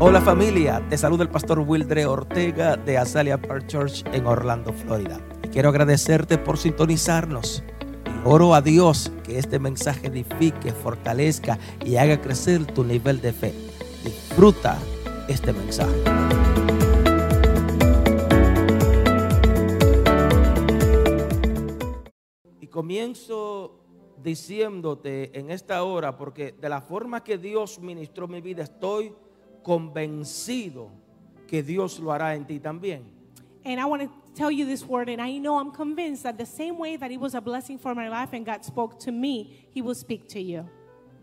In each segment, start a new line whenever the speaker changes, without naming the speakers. Hola familia, te saluda el pastor Wildre Ortega de Azalea Park Church en Orlando, Florida. Y quiero agradecerte por sintonizarnos. Y oro a Dios que este mensaje edifique, fortalezca y haga crecer tu nivel de fe. Disfruta este mensaje. Y comienzo diciéndote en esta hora, porque de la forma que Dios ministró mi vida, estoy convencido que Dios lo hará en ti también.
And I want to tell you this word, and I know I'm convinced that the same way that it was a blessing for my life and God spoke to me, He will speak to you.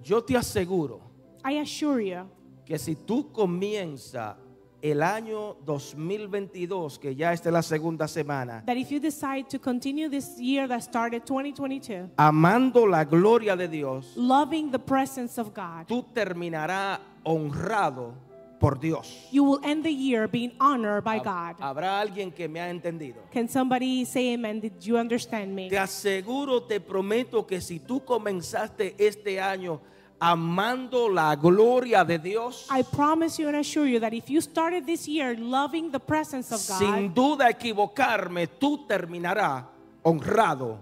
Yo te aseguro
I assure you
que si tú comienzas el año 2022, que ya está la segunda semana,
that if you decide to continue this year that started 2022,
amando la gloria de Dios,
loving the presence of God,
tú terminarás honrado por Dios.
you will end the year being honored by God.
Habrá alguien que me ha entendido.
Can somebody say amen? Did you understand me?
Te aseguro, te prometo que si tú comenzaste este año amando la gloria de Dios,
I promise you and assure you that if you started this year loving the presence of
sin
God,
duda equivocarme, tú terminarás honrado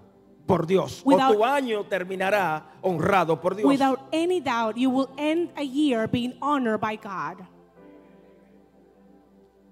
por Dios. o
Without-
tu año terminará honrado por Dios.
without any doubt, you will end a year being honored by God.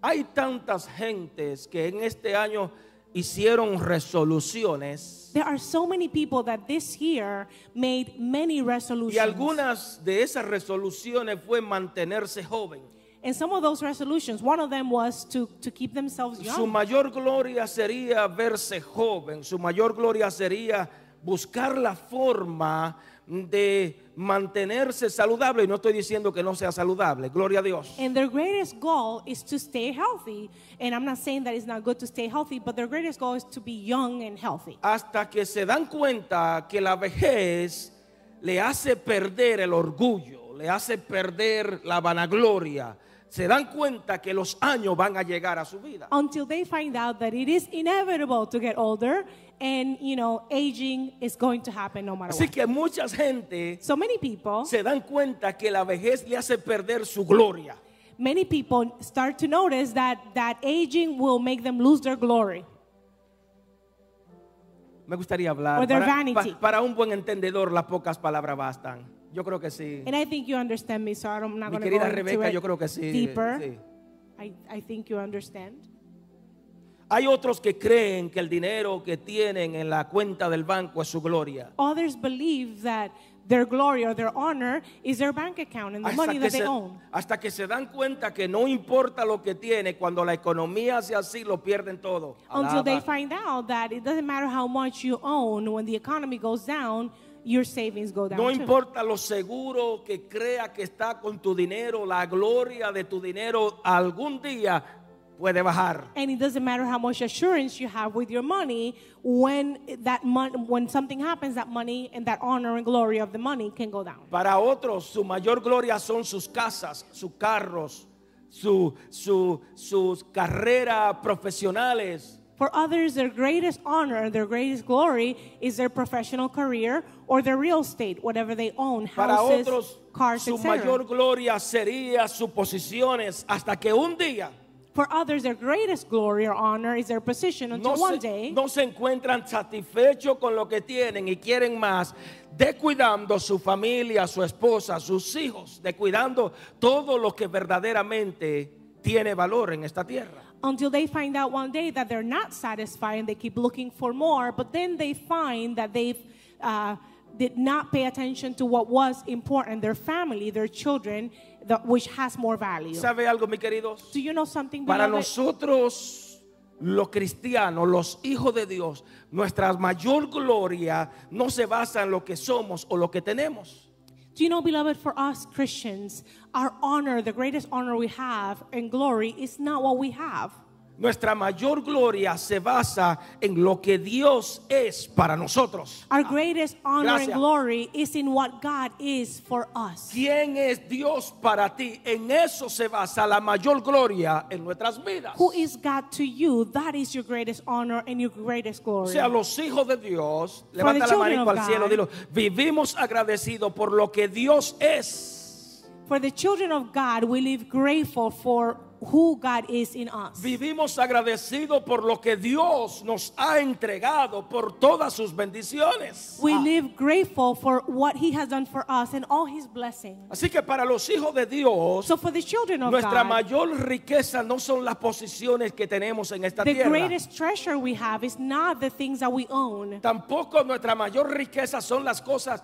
Hay tantas gentes que en este año hicieron resoluciones
There are so many people that this year made many resolutions.
y algunas de esas resoluciones fue mantenerse joven.
and some of those resolutions, one of them was to, to keep themselves
Su
young.
mayor gloria sería verse joven, su mayor gloria sería buscar la forma de mantenerse saludable. Y no estoy diciendo que no sea saludable, gloria a Dios.
and their greatest goal is to stay healthy. And I'm not saying that it's not good to stay healthy, but their greatest goal is to be young and healthy.
Hasta que se dan cuenta que la vejez le hace perder el orgullo, le hace perder la vanagloria. Se dan cuenta que los años van a llegar a su vida.
Until they find out that it is inevitable to get older and, you know, aging is going to happen no matter
Así
what.
que mucha gente
So many people,
se dan cuenta que la vejez le hace perder su gloria.
many people start to notice that, that aging will make them lose their glory.
Me gustaría hablar.
Or their
Para, pa-
vanity.
para un buen entendedor, las pocas palabras bastan. Yo creo que sí.
And I think you understand me, so I'm not
Mi
going to
querida
go into
Rebeca,
it
yo creo que sí.
deeper.
sí.
I, I think you understand.
Hay otros que creen que el dinero que tienen en la cuenta del banco es su gloria.
Others believe that their glory or their honor is their bank account and the
Hasta que,
money that they
se,
own.
hasta que se dan cuenta que no importa lo que tiene, cuando la economía hace así, lo pierden todo.
Until they
Alaba.
find out that it doesn't matter how much you own, when the economy goes down, your savings go down.
No
too.
importa lo seguro que crea que está con tu dinero, la gloria de tu dinero algún día puede bajar.
And it doesn't matter how much assurance you have with your money, when that mon- when something happens, that money and that honor and glory of the money can go down.
Para otros, su mayor gloria son sus casas, sus carros, su- su- sus carreras profesionales.
For others, their greatest honor, their greatest glory is their professional career or their real estate, whatever they own,
Para
houses,
otros,
cars,
su
etc.
mayor gloria sería sus posiciones hasta que un día
For others, their greatest glory or honor is their position until
no
one
se,
day
no se encuentran satisfechos con lo que tienen y quieren más, descuidando su familia, su esposa, sus hijos, descuidando todo lo que verdaderamente tiene valor en esta tierra.
until they find out one day that they're not satisfied and they keep looking for more, but then they find that they've uh, did not pay attention to what was important, their family, their children, the, which has more value.
¿Sabe algo, mi queridos?
Do you know something?
Para
beloved?
nosotros, los cristianos, los hijos de Dios, nuestra mayor gloria no se basa en lo que somos o lo que tenemos.
Do you know, beloved, for us Christians, our honor, the greatest honor we have and glory is not what we have.
Nuestra mayor gloria se basa en lo que Dios es para nosotros.
Our greatest honor
Gracias.
and glory is in what God is for us.
¿Quién es Dios para ti? En eso se basa la mayor gloria en nuestras vidas.
Who is God to you? That is your greatest honor and your greatest
O
glory.
sea, los hijos de Dios, levanta la
children
manito
of
al cielo,
God.
dilo, vivimos agradecidos por lo que Dios es.
For the children of God, we live grateful for who God is in us.
Vivimos agradecidos por lo que Dios nos ha entregado, por todas sus bendiciones.
We live grateful for what He has done for us and all His blessings.
Así que para los hijos de Dios,
So for the children of
nuestra
God,
mayor riqueza no son las posiciones que tenemos en esta
the
tierra.
greatest treasure we have is not the things that we own.
Tampoco nuestra mayor riqueza son las cosas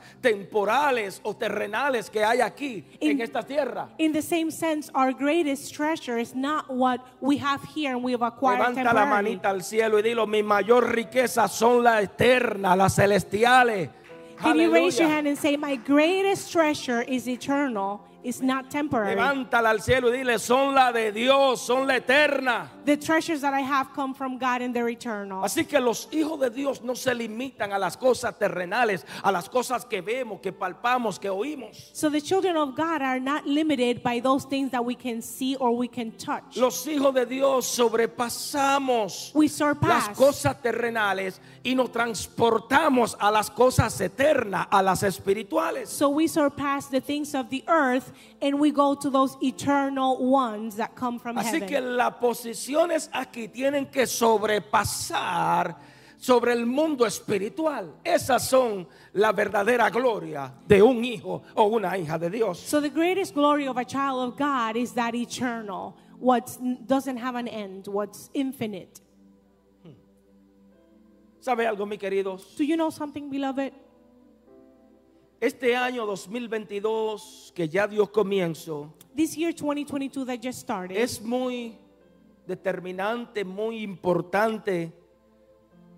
temporales o terrenales que hay aquí en
In-
esta tierra.
In the same sense, our greatest treasure is not what we have here and we have acquired
Levanta la
temporarily.
manita al cielo y dilo, mi mayor riqueza son las eternas, las celestiales.
Can you raise your
Aleluya.
hand and say, My greatest treasure is eternal, it's not temporary.
Levántala al cielo y dile, son la de Dios, son la eterna.
The treasures that I have come from God and they're eternal.
Así que los hijos de Dios no se limitan a las cosas terrenales, a las cosas que vemos, que palpamos, que oímos.
So the children of God are not limited by those things that we can see or we can touch.
Los hijos de Dios sobrepasamos
We
las
surpass
cosas terrenales y nos transportamos a las cosas eternas, a las espirituales.
So we surpass the things of the earth and we go to those eternal ones that come from
Así que
heaven.
las posiciones aquí tienen que sobrepasar sobre el mundo espiritual. Esas son la verdadera gloria de un hijo o una hija de Dios.
So the greatest glory of a child of God is that eternal, what doesn't have an end, what's infinite.
¿Sabe algo, mis queridos?
Do you know something, beloved?
Este año 2022 que ya dio comienzo
This year 2022 that just started,
es muy determinante, muy importante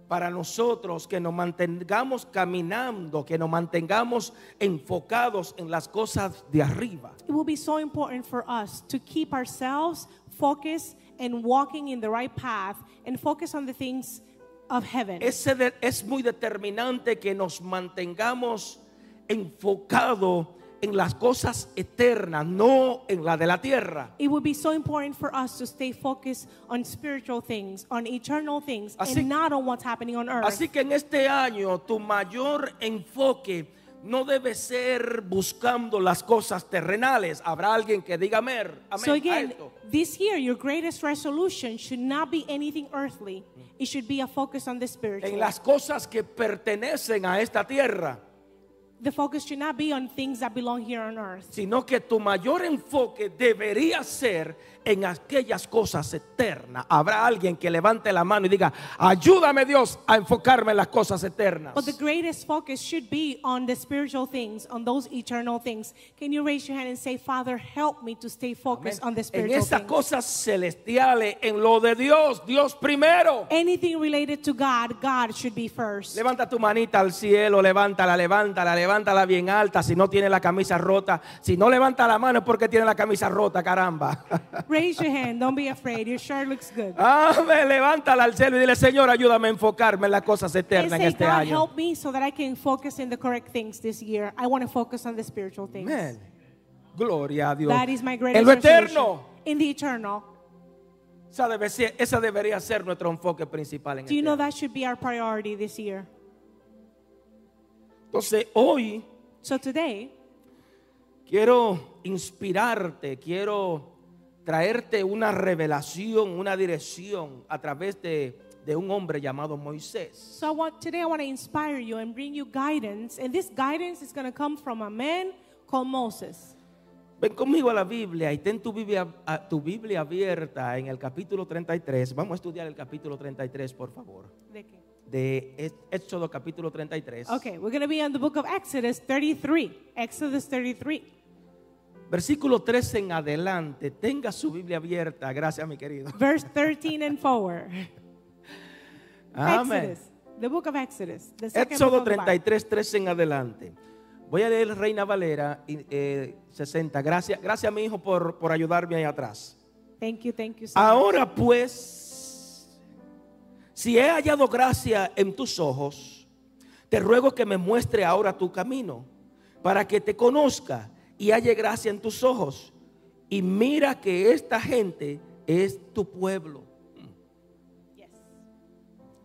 para nosotros que nos mantengamos caminando, que nos mantengamos enfocados en las cosas de arriba.
it will be so important for us to keep ourselves focused and walking in the right path and focus on the things of heaven.
Ese de- es muy determinante que nos mantengamos enfocados en las cosas eternas, no en la de la tierra.
It would be so important for us to stay focused on spiritual things, on eternal things,
Así-
and not on what's happening on earth.
Así que en este año tu mayor enfoque no debe ser buscando las cosas terrenales. Habrá alguien que diga amer- amén.
so
a
again,
esto.
this year your greatest resolution should not be anything earthly. It should be a focus on the spiritual.
En las cosas que pertenecen a esta tierra,
the focus should not be on things that belong here on earth.
sino que tu mayor enfoque debería ser en aquellas cosas eternas. Habrá alguien que levante la mano y diga, ayúdame Dios a enfocarme en las cosas eternas.
But the greatest focus should be on the spiritual things, on those eternal things. Can you raise your hand and say, Father, help me to stay
Amén.
focused on the
En
spiritual
esas
things?
cosas celestiales, en lo de Dios, Dios primero.
Anything related to God, God should be first.
Levanta tu manita al cielo, levántala, levántala, levántala bien alta. Si no tiene la camisa rota, si no levanta la mano es porque tiene la camisa rota, caramba.
Raise your hand. Don't be afraid. Your shirt looks good.
Amén, levántala al cielo y dile, Señor, ayúdame a enfocarme en las cosas
And
eternas en
say,
este
God,
año.
help me so that I can focus in the correct things this year. I want to focus on the spiritual things.
Amén. Gloria a Dios.
That is my greatest
en lo
resolution.
eterno.
In the eternal.
Esa, debe ser- esa debería ser nuestro enfoque principal en
Do you
este
know
año.
that should be our priority this year?
Entonces, hoy
So today,
quiero inspirarte, quiero traerte una revelación, una dirección a través de, de un hombre llamado Moisés.
so I want today I want to inspire you and bring you guidance. And this guidance is going to come from a man called Moses.
Ven conmigo a la Biblia y ten tu Biblia, a- tu Biblia abierta en el capítulo 33. Vamos a estudiar el capítulo 33, por favor. De Ex- Éxodo capítulo 33.
Okay, we're going to be on the book of Exodus 33. Exodus 33.
Versículo 13 en adelante. Tenga su Biblia abierta. Gracias, mi querido.
Verse 13 and forward.
Amén.
Exodus. The book of Exodus. The second
Éxodo
book of the Bible.
33, 13 en adelante. Voy a leer Reina Valera y, eh, 60. Gracias, gracias mi hijo por, por ayudarme ahí atrás.
Thank you, thank you. So much.
Ahora pues, si he hallado gracia en tus ojos, te ruego que me muestre ahora tu camino, para que te conozca y halle gracia en tus ojos. Y mira que esta gente es tu pueblo.
Yes.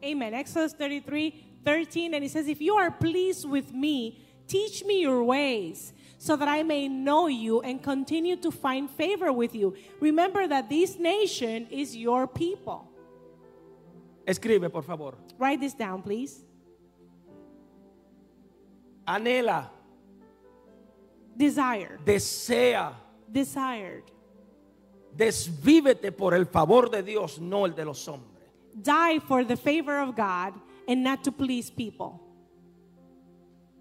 Amen. Exodus 33, 13. And it says, If you are pleased with me, teach me your ways, so that I may know you and continue to find favor with you. Remember that this nation is your people.
Escribe, por favor.
Write this down, please.
Anhela,
Desire,
desea,
desired.
desvívete por el favor de Dios, no el de los hombres.
Die for the favor of God and not to please people.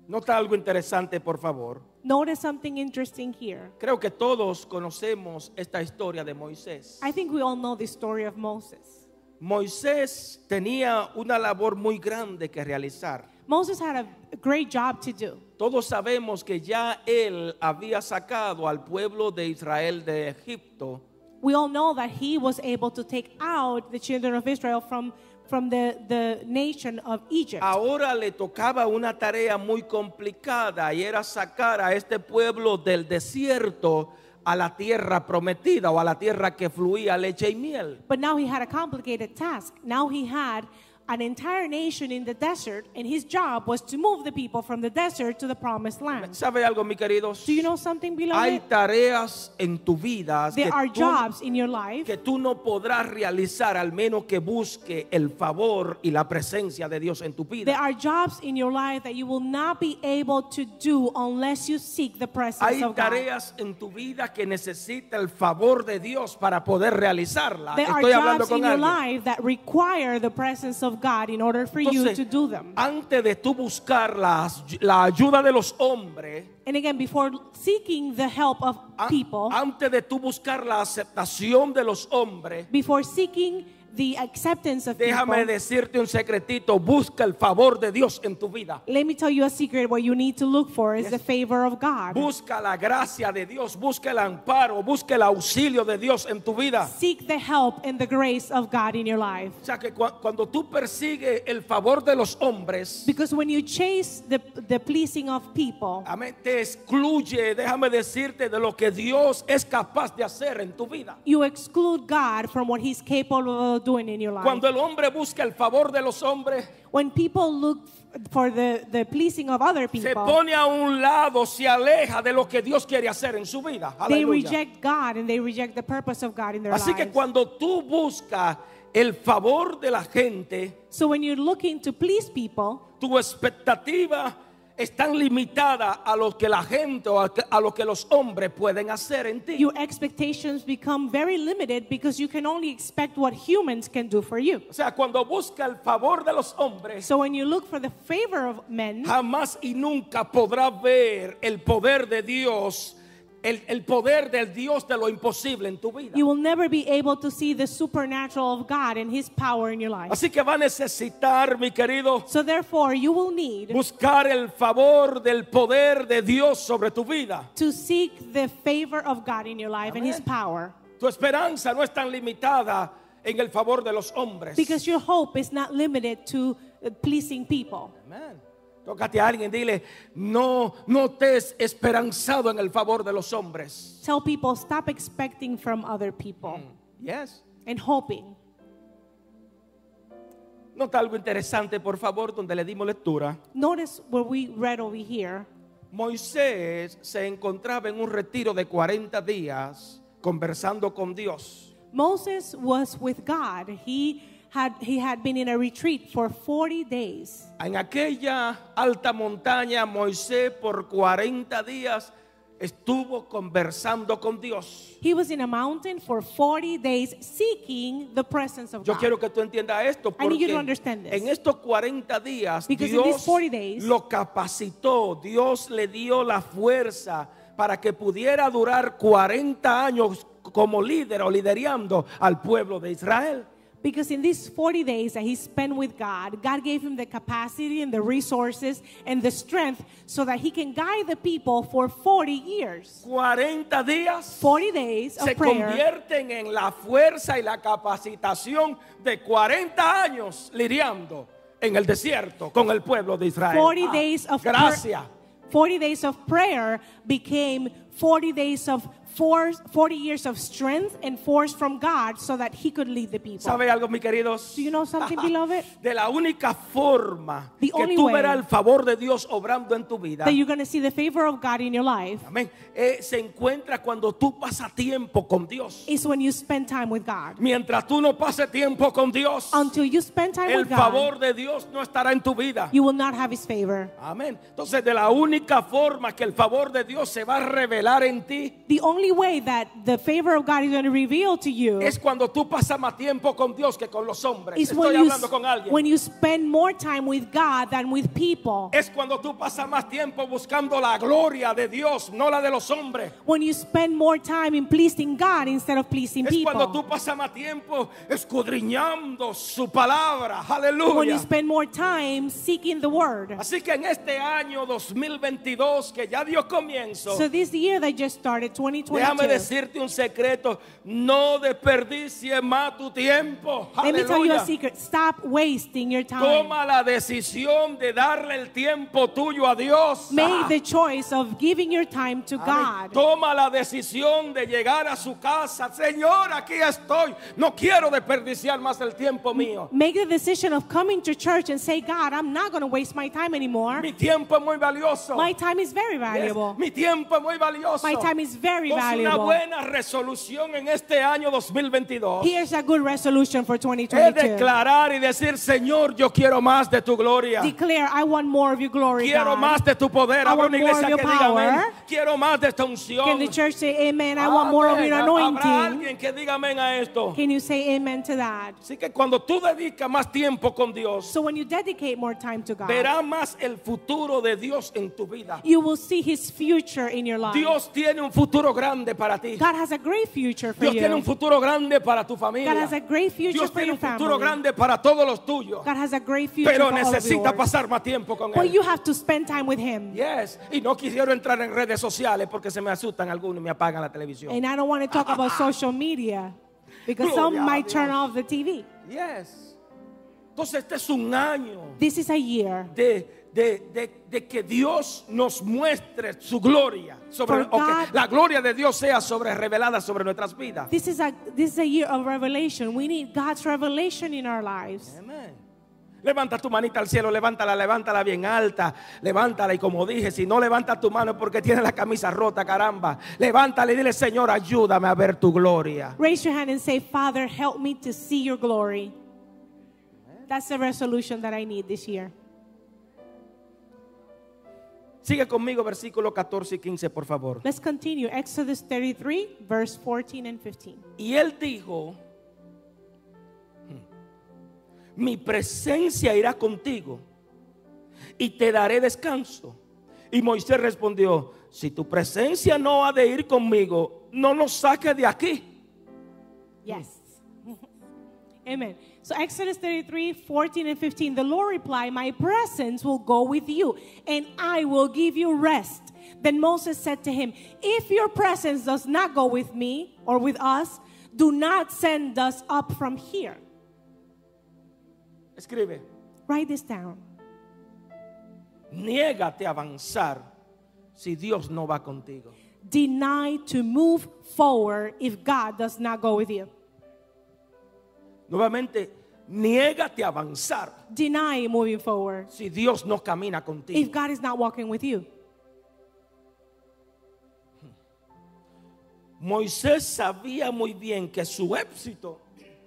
Nota algo interesante, por favor.
Notice something interesting here.
Creo que todos conocemos esta historia de Moisés.
I think we all know the story of Moses.
Moisés tenía una labor muy grande que realizar.
Moses had a great job to do.
Todos sabemos que ya él había sacado al pueblo de Israel de Egipto,
We all know that he was able to take out the children of Israel from, from the, the nation of Egypt.
Ahora le tocaba una tarea muy complicada y era sacar a este pueblo del desierto a la tierra prometida o a la tierra que fluía leche y miel.
But now he had a complicated task. Now he had an entire nation in the desert, and his job was to move the people from the desert to the promised land.
¿Sabe algo, mi queridos?
Do you know something,
Hay
beloved?
tareas en tu vida que
There are
tú,
jobs in your life
que tú no podrás realizar al menos que busque el favor y la presencia de Dios en tu
There
vida.
are jobs in your life that you will not be able to do unless you seek the presence
Hay
of God.
tareas en tu vida que necesita el favor de Dios para poder realizarla.
There are
Estoy hablando
jobs in
con
your
alguien.
life that require the presence of God in order for you
Entonces,
to do them.
antes de tú buscar la, la ayuda de los hombres,
And again, before seeking the help of
a-
people,
antes de tú buscar la aceptación de los hombres,
before seeking the acceptance of
déjame
people,
decirte un secretito, busca el favor de Dios en tu vida.
let me tell you a secret. What you need to look for is the favor of God.
Busca la gracia de Dios, busca el amparo, busca el auxilio de Dios en tu vida.
Seek the help and the grace of God in your life.
O sea que cua- cuando tú persigues el favor de los hombres,
Because when you chase the, the pleasing of people,
amén, te excluye, déjame decirte, de lo que Dios es capaz de hacer en tu vida.
you exclude God from what He's capable of doing in your life.
Cuando el hombre busca el favor de los hombres,
when people look for the, the pleasing of other
se
people,
pone a un lado, se aleja de lo que Dios quiere hacer en su vida.
they
Aleluya.
reject God and they reject the purpose of God in their
Así que
lives.
cuando tú buscas el favor de la gente,
so when you're looking to please people,
tu expectativa están limitadas a lo que la gente o a, que- a lo que los hombres pueden hacer en ti.
your expectations become very limited because you can only expect what humans can do for you.
O sea, cuando busca el favor de los hombres,
So when you look for the favor of men,
jamás y nunca podrá ver el poder de Dios, el, el poder del Dios de lo imposible en tu vida.
you will never be able to see the supernatural of God and His power in your life.
Así que va a necesitar, mi querido,
So therefore, you will need
buscar el favor del poder de Dios sobre tu vida.
to seek the favor of God in your life and His power.
Tu esperanza no es tan limitada en el favor de los hombres.
Because your hope is not limited to uh, pleasing people.
Amén. Tócate a alguien, dile, no, no te es esperanzado en el favor de los hombres.
Tell people stop expecting from other people
Yes.
and hoping.
Nota algo interesante, por favor, donde le dimos lectura.
Notice what we read over here.
Moisés se encontraba en un retiro de 40 días conversando con Dios.
Moses was with God. He had he had been in a retreat for 40 days.
En aquella alta montaña, Moisés por 40 días estuvo conversando con Dios.
He was in a mountain for 40 days seeking the presence of
Yo
God.
quiero que tú entiendas esto
I need you to
porque
understand this.
en estos 40 días
Because in
Dios
these 40 days-
lo capacitó, Dios le dio la fuerza para que pudiera durar 40 años como líder o liderando al pueblo de Israel.
Because in these 40 days that he spent with God, God gave him the capacity and the resources and the strength so that he can guide the people for 40 years.
40 días
40 days of
se
prayer
convierten en la fuerza y la capacitación de 40 años lidiando en el desierto con el pueblo de Israel.
40
Ah,
days of prayer-
gracias.
40 days of prayer became 40 days of four, 40 years of strength and force from God so that he could lead the people.
¿Sabe algo, mis queridos?
Do you know something, beloved?
De la única forma
The
que
only
tú
way
verás el favor de Dios obrando en tu vida.
That you're going to see the favor of God in your life
Amén. eh, se encuentra cuando tú pasas tiempo con Dios.
is when you spend time with God.
Mientras tú no pases tiempo con Dios,
Until you spend time
el
with God,
favor de Dios no estará en tu vida.
you will not have his favor.
Amén. Entonces, de la única forma que el favor de Dios se va a revelar en ti
The only way that the favor of God is going to reveal to you
es cuando tú pasas más tiempo con Dios que con los hombres.
is
Estoy
when you,
hablando con
when
alguien.
you spend more time with God than with people.
Es cuando tú pasas más tiempo buscando la gloria de Dios, no la de los hombres.
When you spend more time in pleasing God instead of pleasing
Es cuando tú
people.
pasas más tiempo escudriñando su palabra.
When you
Aleluya.
spend more time seeking the word.
Así que en este año 2022 que ya dio comienzo,
So this year that just started,
déjame
2022.
decirte un secreto, no desperdicies más tu tiempo.
Let me tell you a
Aleluya.
secret. Stop wasting your time.
Toma la decisión de darle el tiempo tuyo a Dios.
Make the choice of giving your time to
Amén.
God.
Toma la decisión de llegar a su casa. Señor, aquí estoy. No quiero desperdiciar más el tiempo mío.
Make the decision of coming to church and say, God, I'm not going to waste my time anymore.
Mi tiempo es muy valioso.
My time is very
Yes,
valuable.
Mi tiempo es muy valioso.
My time is very
Entonces, una
valuable.
buena resolución en este año 2022
Here's a good resolution for
es
2022.
declarar y decir, Señor, yo quiero más de tu gloria.
Declare, I want more of your glory,
Quiero
God.
más de tu poder.
I
Habrá
want
una
more
iglesia
of your
que diga amén.
power.
Quiero más de esta unción.
Can the church say amen? I want more of
Amén.
your
Habrá
anointing.
alguien que diga amén a esto.
Can you say amen to that?
Así que cuando tú dedicas más tiempo con Dios,
So when you dedicate more time to God,
verás más el futuro de Dios en tu vida.
you will see his future in your life.
Dios tiene un futuro grande para ti.
God has a great future for
Dios
you.
tiene un futuro grande para tu
God
familia.
has a great future
Dios
for
tiene
your
un futuro
family.
grande para todos los tuyos.
God has a great future
Pero
for all of
necesita
yours.
pasar más tiempo con
But
Él.
you have to spend time with him.
Yes. Y no quisiera entrar en redes sociales porque se me asustan algunos y me apagan la televisión.
And I don't want to talk about social media because
Gloria
some
a
might turn
Dios.
off the TV.
Yes. Entonces este es un año
This is a year
de, de, de, de que Dios nos muestre su gloria. Sobre,
For
o que
God-
la gloria de Dios sea sobre revelada sobre nuestras vidas.
This is a this is a year of revelation. We need God's revelation in our lives.
Amén. Levanta tu manita al cielo, levántala, levántala bien alta, levántala y como dije, si no levanta tu mano es porque tiene la camisa rota, caramba, levántala y dile, Señor, ayúdame a ver tu gloria.
Raise your hand and say, "Father, help me to see your glory." That's the resolution that I need this year.
Sigue conmigo, versículo 14 y 15, por favor.
Let's continue. Exodus 33, verse 14 and 15.
Y él dijo, "Hmm, mi presencia irá contigo y te daré descanso. Y Moisés respondió, si tu presencia no ha de ir conmigo, no nos saques de aquí.
Yes. Amen. So Exodus 33, 14 and 15. The Lord replied, My presence will go with you, and I will give you rest. Then Moses said to him, If your presence does not go with me or with us, do not send us up from here.
Escribe,
Write this down.
niégate a avanzar si Dios no va contigo.
Deny to move forward if God does not go with you.
Nuevamente, niégate a avanzar
Deny moving forward
si Dios no camina contigo.
if God is not walking with you.
Moisés sabía muy bien que su éxito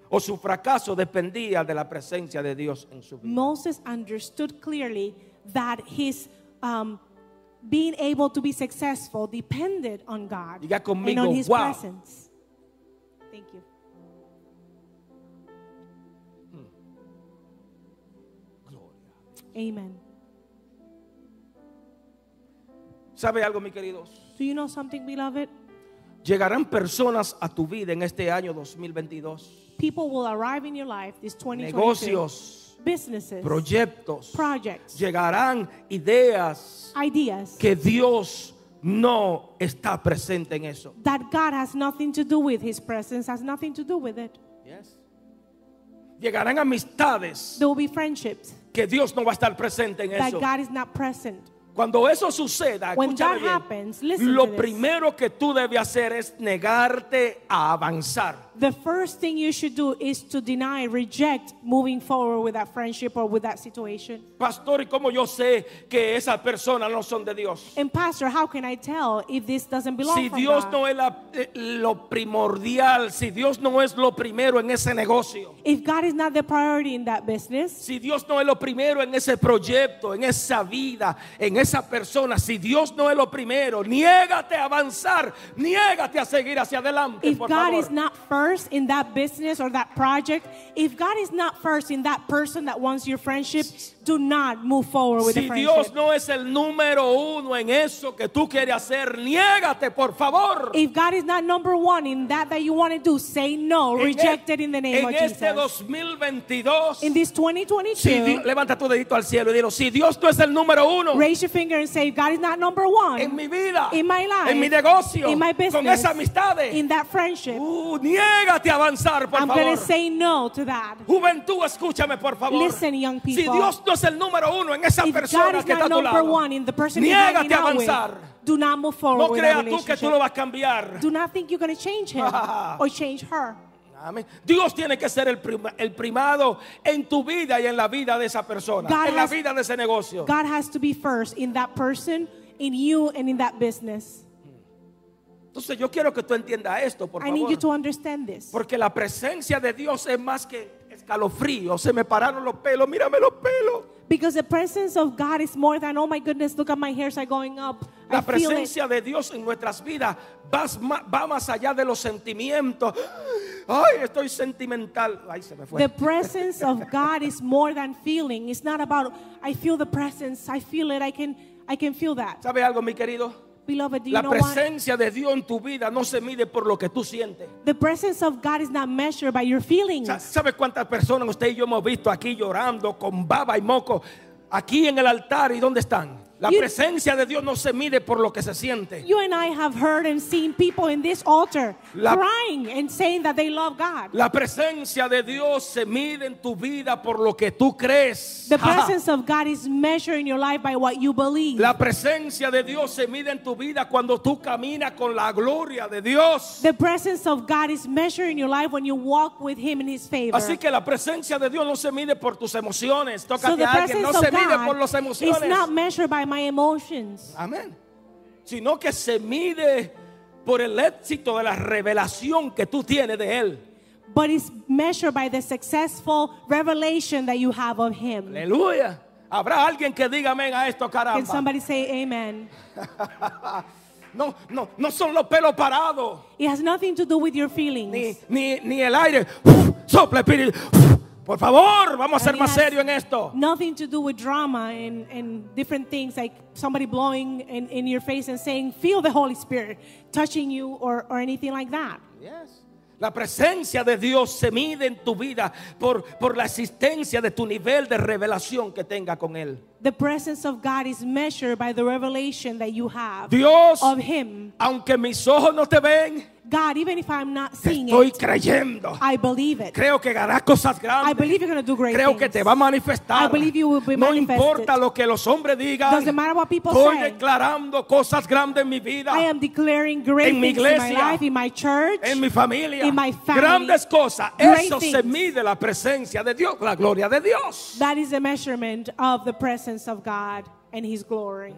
o su fracaso dependía de la presencia de Dios en su vida.
Moses understood clearly that his um, being able to be successful depended on God
Diga conmigo,
and on His
"Wow."
presence. Thank you. Amen.
¿Sabe algo, mis queridos?
Do you know something, beloved?
Llegarán personas a tu vida en este año 2022.
People will arrive in your life this 2022.
Negocios,
businesses,
proyectos.
projects,
Llegarán ideas
ideas
que Dios no está presente en eso.
that God has nothing to do with. His presence has nothing to do with it.
Llegarán amistades
There will be friendships.
que Dios no va a estar presente en
that
eso.
God is not present.
Cuando eso suceda,
When
escúchame
that
bien,
happens, listen to
lo
this.
primero que tú debes hacer es negarte a avanzar.
The first thing you should do is to deny, reject moving forward with that friendship or with that situation.
Pastor, ¿y cómo yo sé que esas personas no son de Dios?
And pastor, how can I tell if this doesn't belong
Si
from
Dios
God?
no es la- eh, lo primordial, si Dios no es lo primero en ese negocio,
If God is not the priority in that business,
si Dios no es lo primero en ese proyecto, en esa vida, en esa persona, si Dios no es lo primero, niégate a avanzar, niégate a seguir hacia adelante,
if
por
God
favor.
is not first in that business or that project, if God is not first in that person that wants your friendship, do not move forward with
Si
the friendship.
Dios no es el número uno en eso que tú quieres hacer, niégate, por favor.
If God is not number one in that that you want to do, say no,
En e-
reject it in the name
en
of
este
Jesus.
2022,
in this 2022,
si Di- levanta tu dedito al cielo y dilo, si Dios no es el número uno
raise your finger and say, God is not number one
en mi vida,
in my life,
en mi negocio,
in my business,
con esas amistades,
in that friendship.
uh, niégate a avanzar, por
I'm
favor.
going to say no to that.
Juventud, escúchame, por favor.
Listen, young
si
people.
Dios no es el número uno en esa
If God
persona
is
que está
not
a tu
number
lado,
one in the person you're
niégate
hanging
a
out
avanzar.
with, do not move forward
No
with that
creas tú que
relationship.
tú lo vas a cambiar.
do not think you're going to change him or change her.
Amén. Dios tiene que ser el, prima- el primado en tu vida y en la vida de esa persona,
God
en la
has-
vida de ese negocio.
God has to be first in that person, in you, and in that business.
Entonces yo quiero que tú entiendas esto, por
I need you
favor.
to understand this.
Porque la presencia de Dios es más que escalofrío. Se me pararon los pelos, mírame los pelos.
Because the presence of God is more than, oh my goodness, look at my hairs are going up. I
La
feel it.
presencia de Dios en nuestras vidas vas ma- va más allá de los sentimientos. Ay, estoy sentimental. Ay, se me fue.
The presence of God is more than feeling. It's not about I feel the presence, I feel it, I can I can feel that.
¿Sabe algo, mi querido?
Beloved, do you
La
know what?
presencia de Dios en tu vida no se mide por lo que tú sientes.
The presence of God is not measured by your feelings.
Sa- ¿Sabe cuántas personas usted y yo hemos visto aquí llorando con baba y moco? Aquí en el altar, ¿y dónde están? La
You-
presencia de Dios no se mide por lo que se siente.
You and I have heard and seen people in this altar
La-
crying and saying that they love God.
La presencia de Dios se mide en tu vida por lo que tú crees.
The
Ja, ja.
presence of God is measured in your life by what you believe.
La presencia de Dios se mide en tu vida cuando tú caminas con la gloria de Dios.
The presence of God is measured in your life when you walk with Him in His favor.
Así que la presencia de Dios no se mide por tus emociones.
So
Tócate
the
a alguien,
presence
no
of
se mide por
God
las
is
emociones.
not measured by my emotions.
Amén. Sino que se mide por el éxito de la revelación que tú tienes de Él.
but it's measured by the successful revelation that you have of him.
Aleluya. Habrá alguien que diga amén a esto,
Can
caramba.
somebody say amen?
No, no, no son los pelos parados,
It has nothing to do with your feelings.
ni, ni, ni el aire. Uf, sopla, espíritu. Uf, por favor, vamos a
And
ser
it
más
has
serios en esto.
Nothing to do with drama and, and different things like somebody blowing in, in your face and saying, feel the Holy Spirit touching you or, or anything like that.
Yes. La presencia de Dios se mide en tu vida por, por la existencia de tu nivel de revelación que tenga con Él.
The presence of God is measured by the revelation that you have
Dios,
of him.
aunque mis ojos no te ven,
God, even if I'm not
te
seeing
estoy
it,
creyendo.
I believe it.
Creo que harás cosas
I
grandes.
believe you're going to do great
Creo
things.
que te va a manifestar.
I believe you will be
no
manifested.
importa lo que los hombres digan.
Doesn't matter what people
estoy
say.
declarando cosas grandes en mi vida,
I am declaring great
En mi
things in my
iglesia.
life, in my church.
en mi familia.
In my family.
grandes cosas.
Great
Eso se
things.
mide la presencia de Dios, la gloria de Dios.
That is a measurement of the presence of God and His glory.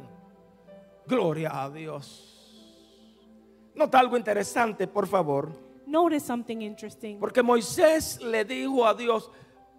Gloria a Dios. Nota algo interesante, por favor.
Notice something interesting.
Porque Moisés le dijo a Dios,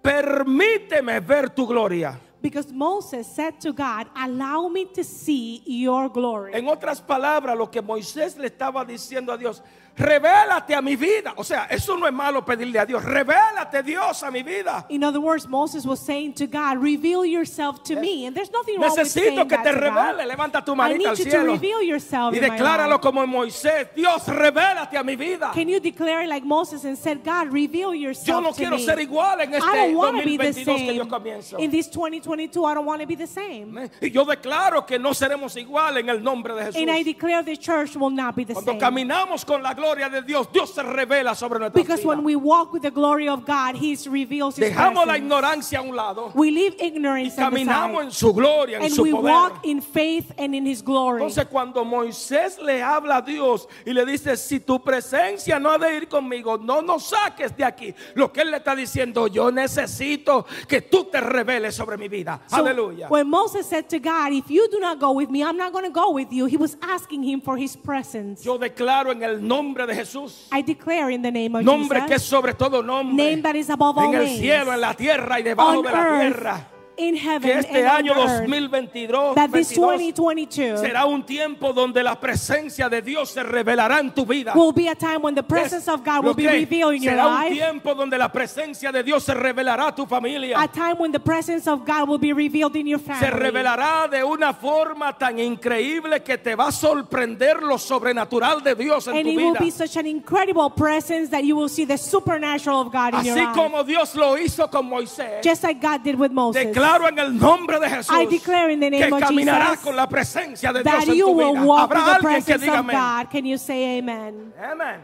permíteme ver tu gloria.
Because Moses said to God, Allow me to see your glory.
En otras palabras, lo que Moisés le estaba diciendo a Dios, revélate a mi vida. O sea, eso no es malo pedirle a Dios, revélate Dios a mi vida.
In other words, Moses was saying to God, Reveal yourself to me. And there's nothing wrong with saying
Necesito que
that
te
to God.
revele, levanta tu
I
manita al
need you to
cielo
reveal yourself.
y
in my
decláralo
life.
como Moisés, Dios, revélate a mi vida.
Can you declare like Moses and said, God, reveal
Yo
yourself
no
to
quiero
me?
ser igual en
I
este
don't want to be the
2022 que yo
same.
comienzo.
In this 2022, I don't want to be the same.
Amén. Y yo declaro que no seremos igual en el nombre de Jesús.
And I declare the church will not be the
Cuando
same.
caminamos con la gloria de Dios, Dios se revela sobre nuestra
Because
vida.
when we walk with the glory of God, He reveals His
Dejamos la
presence.
ignorancia a un lado
We leave
y
ignorance at the
caminamos
side,
en su gloria, en
and
su
we
poder.
walk in faith and in His glory.
Entonces cuando Moisés le habla a Dios y le dice, si tu presencia no ha de ir conmigo, no nos saques de aquí. Lo que él le está diciendo, yo necesito que tú te reveles sobre mi vida.
So
Aleluya.
when Moses said to God, If you do not go with me, I'm not going to go with you, he was asking him for his presence.
Yo declaro en el nombre de Jesús,
I declare in the name of
nombre que es
Jesus,
sobre todo
name
nombre,
that is above all
en el
names,
cielo, en la tierra y debajo
on
de la
earth,
tierra.
in heaven,
Que este
and on
año
earth,
2022
that this
22,
2022
será un tiempo donde la presencia de Dios se revelará en tu vida.
will be a time when the
Yes.
presence of God
Lo
will be
que
revealed in your
será un
life,
tiempo donde la presencia de Dios se revelará a tu
a
familia.
time when the presence of God will be revealed in your
Se
family.
revelará de una forma tan increíble que te va a sorprender lo sobrenatural de Dios en
And
tu
it will
vida.
be such an incredible presence that you will see the supernatural of God in your
Así
life.
como Dios lo hizo con Moisés.
just like God did with Moses.
Declaro en el nombre de Jesús
I declare in the name
que
of
caminarás
Jesus
con la presencia de Dios
that
en
you
tu
will
vida.
walk in
Habrá
the
alguien que
presence
diga
of
amén.
God. Can you say amen?
Amén.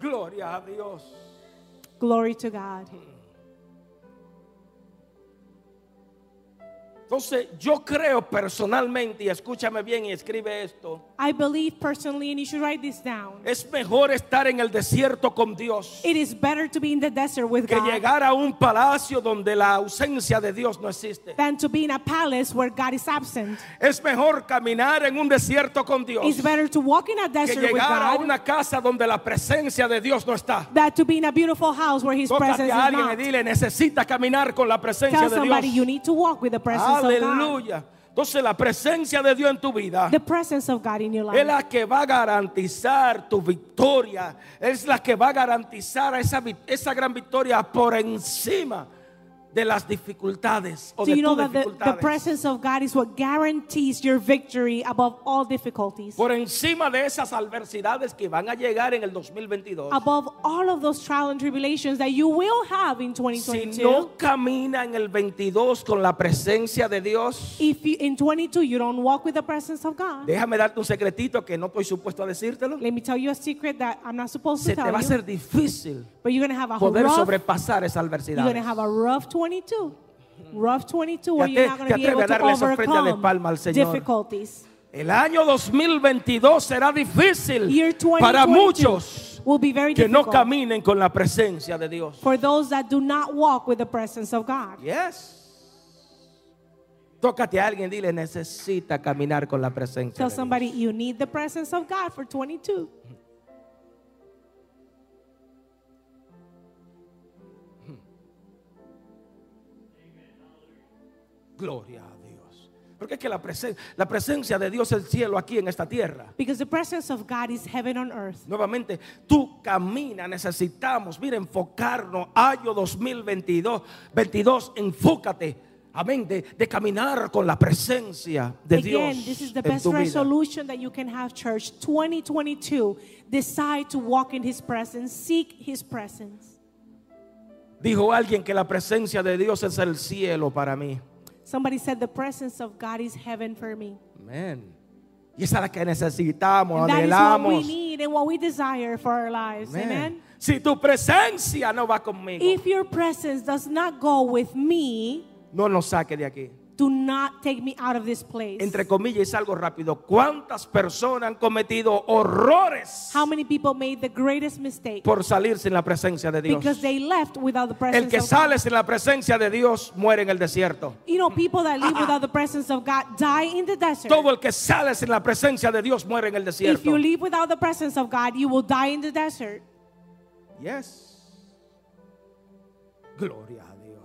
Gloria a Dios.
Glory to God.
Entonces, yo creo personalmente, y escúchame bien y escribe esto,
I believe personally, and you should write this down.
es mejor estar en el desierto con Dios
It is better to be in the desert with
que
God
llegar a un palacio donde la ausencia de Dios no existe.
than to be in a palace where God is absent.
Es mejor caminar en un desierto con Dios
It's better to walk in a
que
desert with
llegar a
God
una casa donde la presencia de Dios no está.
than to be in a beautiful house where His
Tócate
presence is
a alguien y
not.
dile, necesitas caminar con la presencia
Tell
de
somebody you
Dios.
need to walk with the presence of God.
Aleluya. Entonces la presencia de Dios en tu vida
The presence of God in your
es
life.
la que va a garantizar tu victoria. Es la que va a garantizar esa, vi- esa gran victoria por encima de las dificultades o
Do
de
you know
tus
that the, the
dificultades.
presence of God is what guarantees your victory above all difficulties?
Por encima de esas adversidades que van a llegar en el 2022.
above all of those trial and tribulations that you will have in
Si
2022.
no camina en el 22 con la presencia de Dios,
if you, in 22 you don't walk with the presence of God,
déjame darte un secretito que no estoy supuesto a decírtelo.
let me tell you a secret that I'm not supposed
Se te
to tell
va a
you.
ser difícil
but you're gonna have a
poder
rough,
sobrepasar esa
you're
adversidad.
gonna have a rough 22, rough 22
Te
where you're
atre-
not gonna
te atreves
be able
a
to
darle esa ofrenda de
overcome
palma al Señor.
difficulties.
El año 2022 será difícil
Year 2022
para muchos
will be very
que no
difficult
caminen con la presencia de Dios.
for those that do not walk with the presence of God.
Yes. Tócate a alguien, dile, necesita caminar con la presencia. de
Tell
Dios".
somebody you need the presence of God for 22.
Gloria a Dios. Porque es que la, presen- la presencia de Dios es el cielo aquí en esta tierra.
Because the presence of God is heaven on earth.
Nuevamente, tú camina, necesitamos, mira, enfocarnos, año 2022, 22, enfócate, amén, de, de caminar con la presencia de
Again,
Dios
this is the
en
best
tu vida.
resolution that you can have, church. 2022. Decide to walk in His presence, seek His presence.
Dijo alguien que la presencia de Dios es el cielo para mí.
Somebody said, The presence of God is heaven for me.
Amén. Y esa es la que necesitamos,
And that is what we
anhelamos.
need and what we desire for our lives.
Amén.
Amen.
Si tu presencia no va conmigo,
If your presence does not go with me,
no nos saque de aquí.
do not take me out of this place.
Entre comillas, es algo rápido. ¿Cuántas personas han cometido horrores
How many people made the greatest mistake
por salir sin la presencia de Dios?
because they left without the presence
El que
of God?
sale sin la presencia de Dios muere en el desierto.
You know, people that live without the presence of God die in the desert.
Ah, Todo el que sale sin la presencia de Dios muere en el
If
desierto.
you live without the presence of God, you will die in the desert.
Yes. Gloria a Dios.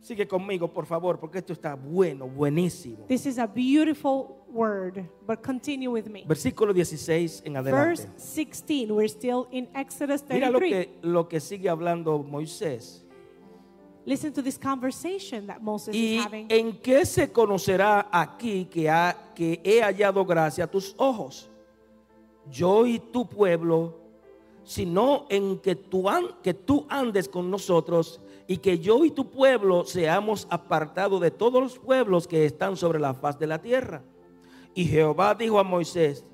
Sigue conmigo, por favor, porque esto está bueno, buenísimo.
This is a beautiful word, but continue with me.
Versículo 16 en
Verse
adelante.
16, we're still in Exodus
Mira lo
33.
que, lo que sigue hablando Moisés.
Listen to this conversation that Moses
¿Y
is having.
en qué se conocerá aquí que, ha- que he hallado gracia a tus ojos? Yo y tu pueblo, sino en que tú, an- que tú andes con nosotros y que yo y tu pueblo seamos apartados de todos los pueblos que están sobre la faz de la tierra. Y Jehová dijo a Moisés,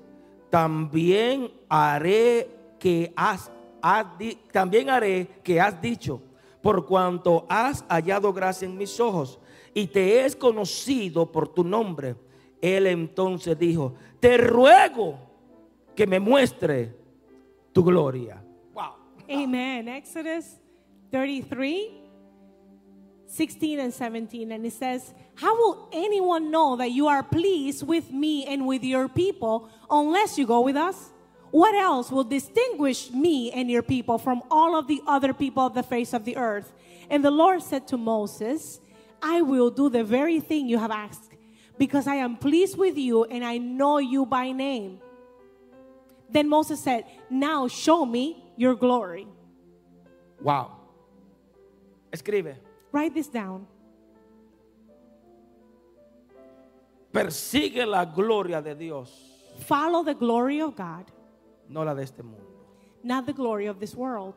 también haré que has, has di- también haré que has dicho, por cuanto has hallado gracia en mis ojos y te es conocido por tu nombre. Él entonces dijo, te ruego que me muestre tu gloria.
Amen. Exodus 33, 16 and 17. And it says, How will anyone know that you are pleased with me and with your people unless you go with us? What else will distinguish me and your people from all of the other people of the face of the earth? And the Lord said to Moses, I will do the very thing you have asked, because I am pleased with you and I know you by name. Then Moses said, Now show me your glory.
Wow. Escribe.
Write this down.
Persigue la gloria de Dios,
Follow the glory of God,
no la de este mundo.
not the glory of this world.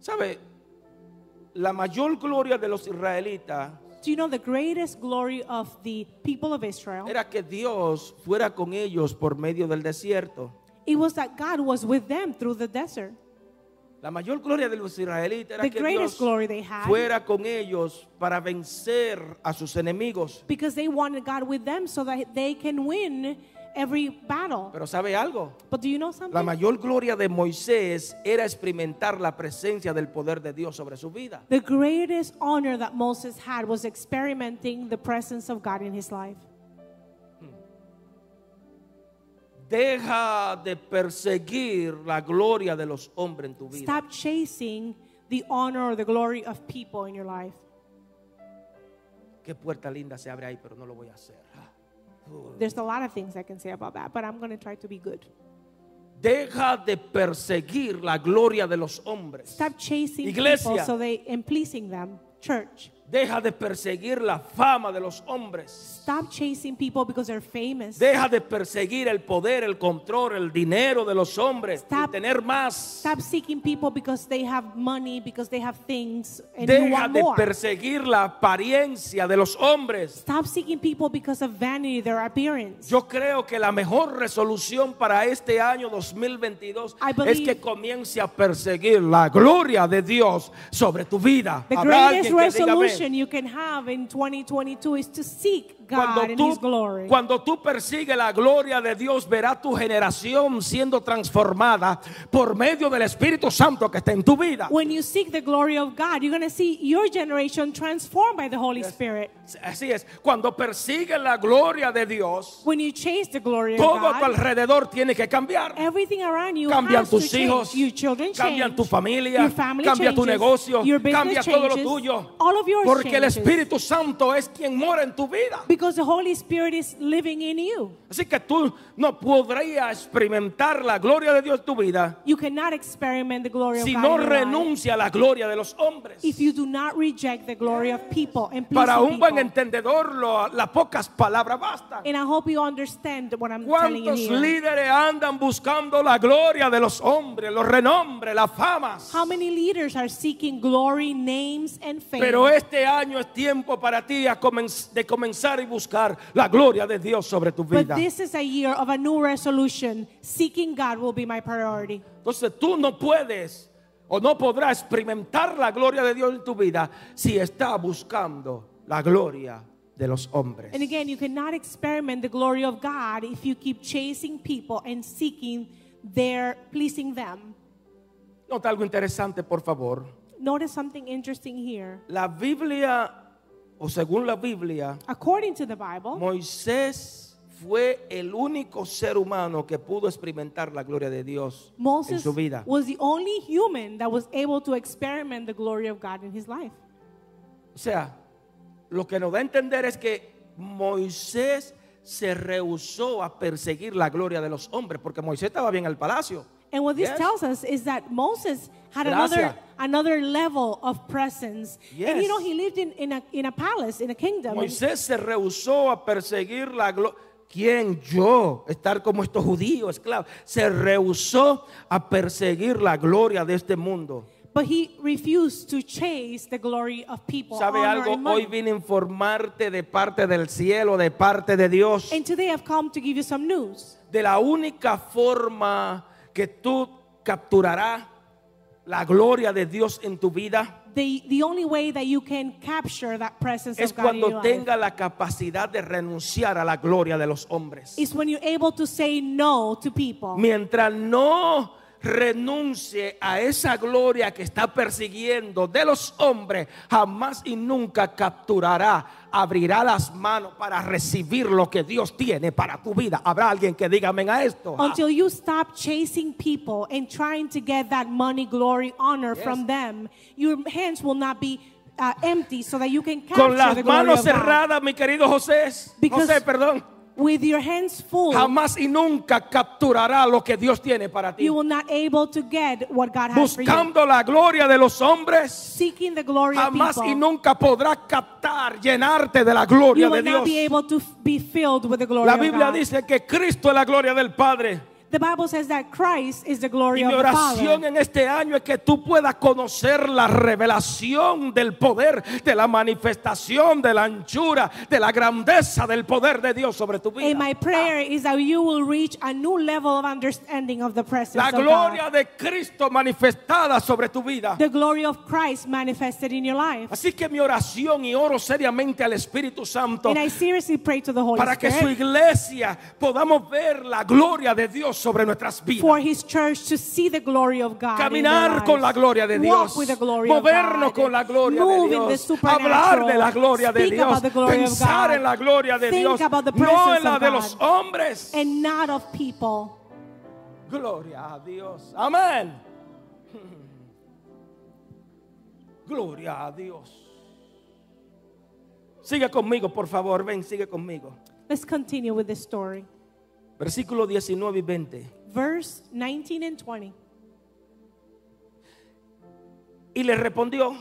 ¿Sabe? La mayor gloria de los israelitas
Do you know the greatest glory of the people of Israel?
era que Dios fuera con ellos por medio del desierto.
It was that God was with them through the desert.
La mayor gloria de los israelitas era
The
que Dios
greatest glory they had.
fuera con ellos para vencer a sus enemigos.
Because they wanted God with them so that they can win every battle.
Pero ¿sabe algo?
But do you know
La
something?
mayor gloria de Moisés era experimentar la presencia del poder de Dios sobre su vida.
The greatest honor that Moses had was experimenting the presence of God in his life.
Deja de perseguir la gloria de los hombres en tu vida.
Stop chasing the honor or the glory of people in your life.
Qué puerta linda se abre ahí, pero no lo voy a hacer.
There's a lot of things I can say about that, but I'm going to try to be good.
Deja de perseguir la gloria de los hombres.
Stop chasing people
Iglesia.
so they and pleasing them. Church,
Deja de perseguir la fama de los hombres.
stop chasing people because they're famous.
Deja de perseguir el poder, el control, el dinero de los hombres. y
Stop.
tener más.
Stop seeking people because they have money, because they have things, and you
Deja
want
de
more.
perseguir la apariencia de los hombres.
Stop seeking people because of vanity, their appearance.
Yo creo que la mejor resolución para este año 2022
I
es
believe-
que comience a perseguir la gloria de Dios sobre tu vida.
The
Habrá
greatest
alguien que diga, "Amén".
resolution you can have in 2022 is to seek God
Cuando
and His
tú,
glory.
cuando tú persigues la gloria de Dios, verá tu generación siendo transformada por medio del Espíritu Santo que está en tu vida.
When you seek the glory of God, you're going to see your generation transformed by the Holy Spirit.
Así es, cuando persigues la gloria de Dios,
When you chase the glory of
todo a tu
God,
alrededor tiene que cambiar.
Everything around you
Cambian
has to
tus hijos,
change. Your children
cambian
change.
tu familia,
Your family
cambia tu
changes.
negocio,
Your business
cambia todo lo
changes.
tuyo.
All of yours
Porque el
changes.
Espíritu Santo es quien mora en tu vida.
Because the Holy Spirit is living in you.
Así que tú no podrías experimentar la gloria de Dios en tu vida
You cannot experiment the glory
si
of
no
God. in your life
renuncia a la gloria de los hombres.
if you do not reject the glory of people and please
Para
the
un buen
people.
entendedor, lo- las pocas palabras bastan.
And I hope you understand what I'm telling you
¿Cuántos
here.
líderes andan buscando la gloria de los hombres, los renombres, las famas?
How many leaders are seeking glory, names, and fame?
Pero este año es tiempo para ti a comenz- de comenzar y buscar la gloria de Dios sobre tu
but
vida.
this is a year of a new resolution. Seeking God will be my priority.
Entonces tú no puedes o no podrás experimentar la gloria de Dios en tu vida si estás buscando la gloria de los hombres.
And again, you cannot experiment the glory of God if you keep chasing people and seeking their pleasing them.
Nota algo interesante, por favor.
Notice something interesting here.
La Biblia, o según la Biblia,
According to the Bible,
Moisés fue el único ser humano que pudo experimentar la gloria de Dios en
Moses
su vida.
was the only human that was able to experiment the glory of God in his life.
O sea, lo que nos da a entender es que Moisés se rehusó a perseguir la gloria de los hombres, porque Moisés estaba bien al palacio.
And what this
Yes.
tells us is that Moses had
Gracias.
another another level of presence. And
Yes.
you know, he lived in, in, a, in a palace, in a kingdom. And
Moisés se rehusó a perseguir la gloria. ¿Quién yo? Estar como estos judíos, esclavos. Se rehusó a perseguir la gloria de este mundo.
But he refused to chase the glory of people.
¿Sabe
honor,
algo?
and money.
Hoy vine a informarte de parte del cielo, de parte de Dios,
And today I've come to give you some news.
de la única forma que tú capturarás la gloria de Dios en tu vida
The, the only way that you can capture that presence
es
of God in your
cuando
life
tenga la capacidad de renunciar a la gloria de los hombres.
is when you're able to say no to people.
Mientras no renuncie a esa gloria que está persiguiendo de los hombres, jamás y nunca capturará, abrirá las manos para recibir lo que Dios tiene para tu vida. Habrá alguien que diga amén a esto.
Until you stop chasing people and trying to get that money, glory, honor from them, your hands will not be uh, empty so that you can capture
Ah, Con las
the glory
manos
of God.
cerradas, mi querido José,
Because-
José, perdón,
With your hands full,
jamás y nunca capturará lo que Dios tiene para ti.
you will not able to get what God has for you.
Buscando la gloria de los hombres,
Seeking the glory
jamás
of
y
people,
nunca podrá captar, llenarte de la gloria
you
de
will
Dios.
not be able to f- be filled with the glory
La
of
Biblia
God.
dice que Cristo es la gloria del Padre.
The Bible says that Christ is the glory
Y
of
mi
the
oración
Father.
en este año es que tú puedas conocer la revelación del poder, de la manifestación, de la anchura, de la grandeza del poder de Dios sobre tu
And
vida.
my prayer is that you will reach a new level of understanding of the presence
La
of oh God.
gloria de Cristo manifestada sobre tu vida.
the glory of Christ manifested in your life.
Así que mi oración y oro seriamente al Espíritu Santo
And I seriously pray to the Holy
para que su
Spirit
iglesia podamos ver la gloria de Dios sobre nuestras vidas.
for His church to see the glory of God. in their
Caminar con la
lives.
gloria de Dios.
Walk with the glory
Movernos
of God.
con la gloria
Move in
de
the
Dios.
supernatural.
Hablar de la gloria de
Speak
Dios.
about the glory of
Pensar
God.
en la gloria de
Think
Dios.
about the
No en
presence
la
of
de
God.
los hombres.
And not of people.
Gloria a Dios. Amén. Gloria a Dios. Sigue conmigo, por favor. Ven, sigue conmigo.
Let's continue with this story.
Versículo 19 y 20.
Verse 19 and 20.
Y le respondió,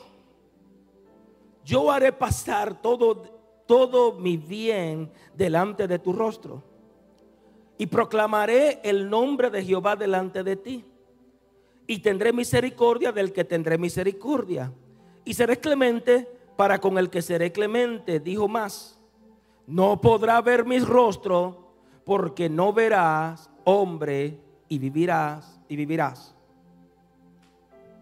yo haré pasar todo, todo mi bien delante de tu rostro y proclamaré el nombre de Jehová delante de ti. Y tendré misericordia del que tendré misericordia. Y seré clemente para con el que seré clemente. Dijo más, no podrá ver mi rostro porque no verás hombre y vivirás y vivirás.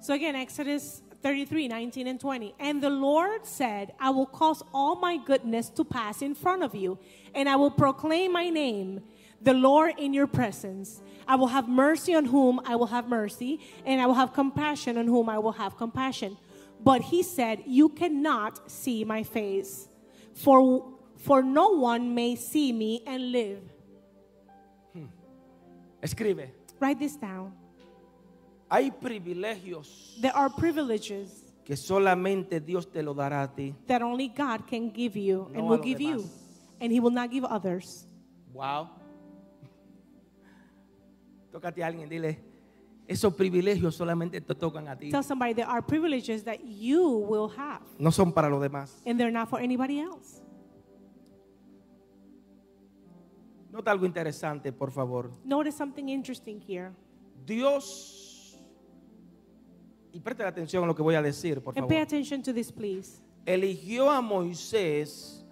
So again, Exodus 33, 19 and 20. And the Lord said, I will cause all my goodness to pass in front of you, and I will proclaim my name, the Lord, in your presence. I will have mercy on whom I will have mercy, and I will have compassion on whom I will have compassion. But he said, You cannot see my face, for, for no one may see me and live.
Escribe.
Write this down.
Hay privilegios
There are privileges
que solamente Dios te lo dará a ti.
that only God can give you
No
and
a
will
los
give you,
demás.
and He will not give others.
Wow. Tócate a alguien, dile, esos privilegios solamente te tocan a ti.
Tell somebody there are privileges that you will have,
No son para los demás.
and they're not for anybody else.
Nota algo interesante, por favor.
Notice something interesting here,
Dios, y preste atención a lo que voy a decir, por
and pay
favor.
attention to this, please.
Eligió a Moisés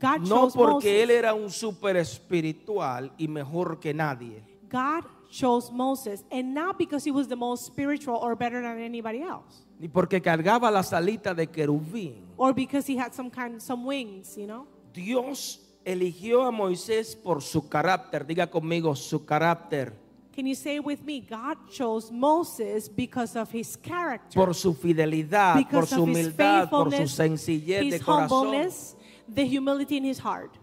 God
no
chose Moses.
porque él era un super espiritual y mejor que nadie.
God chose Moses, and not because he was the most spiritual or better than anybody else,
ni porque cargaba las alitas de querubín.
or because he had some kind, some wings, you know.
Dios eligió a Moisés por su carácter. Diga conmigo, su carácter.
Can you say with me? God chose Moses because of his character.
Por su fidelidad, por
because
su
of his
humildad, por su
faithfulness,
sencillez de
his
corazón.
humbleness, the humility in his heart.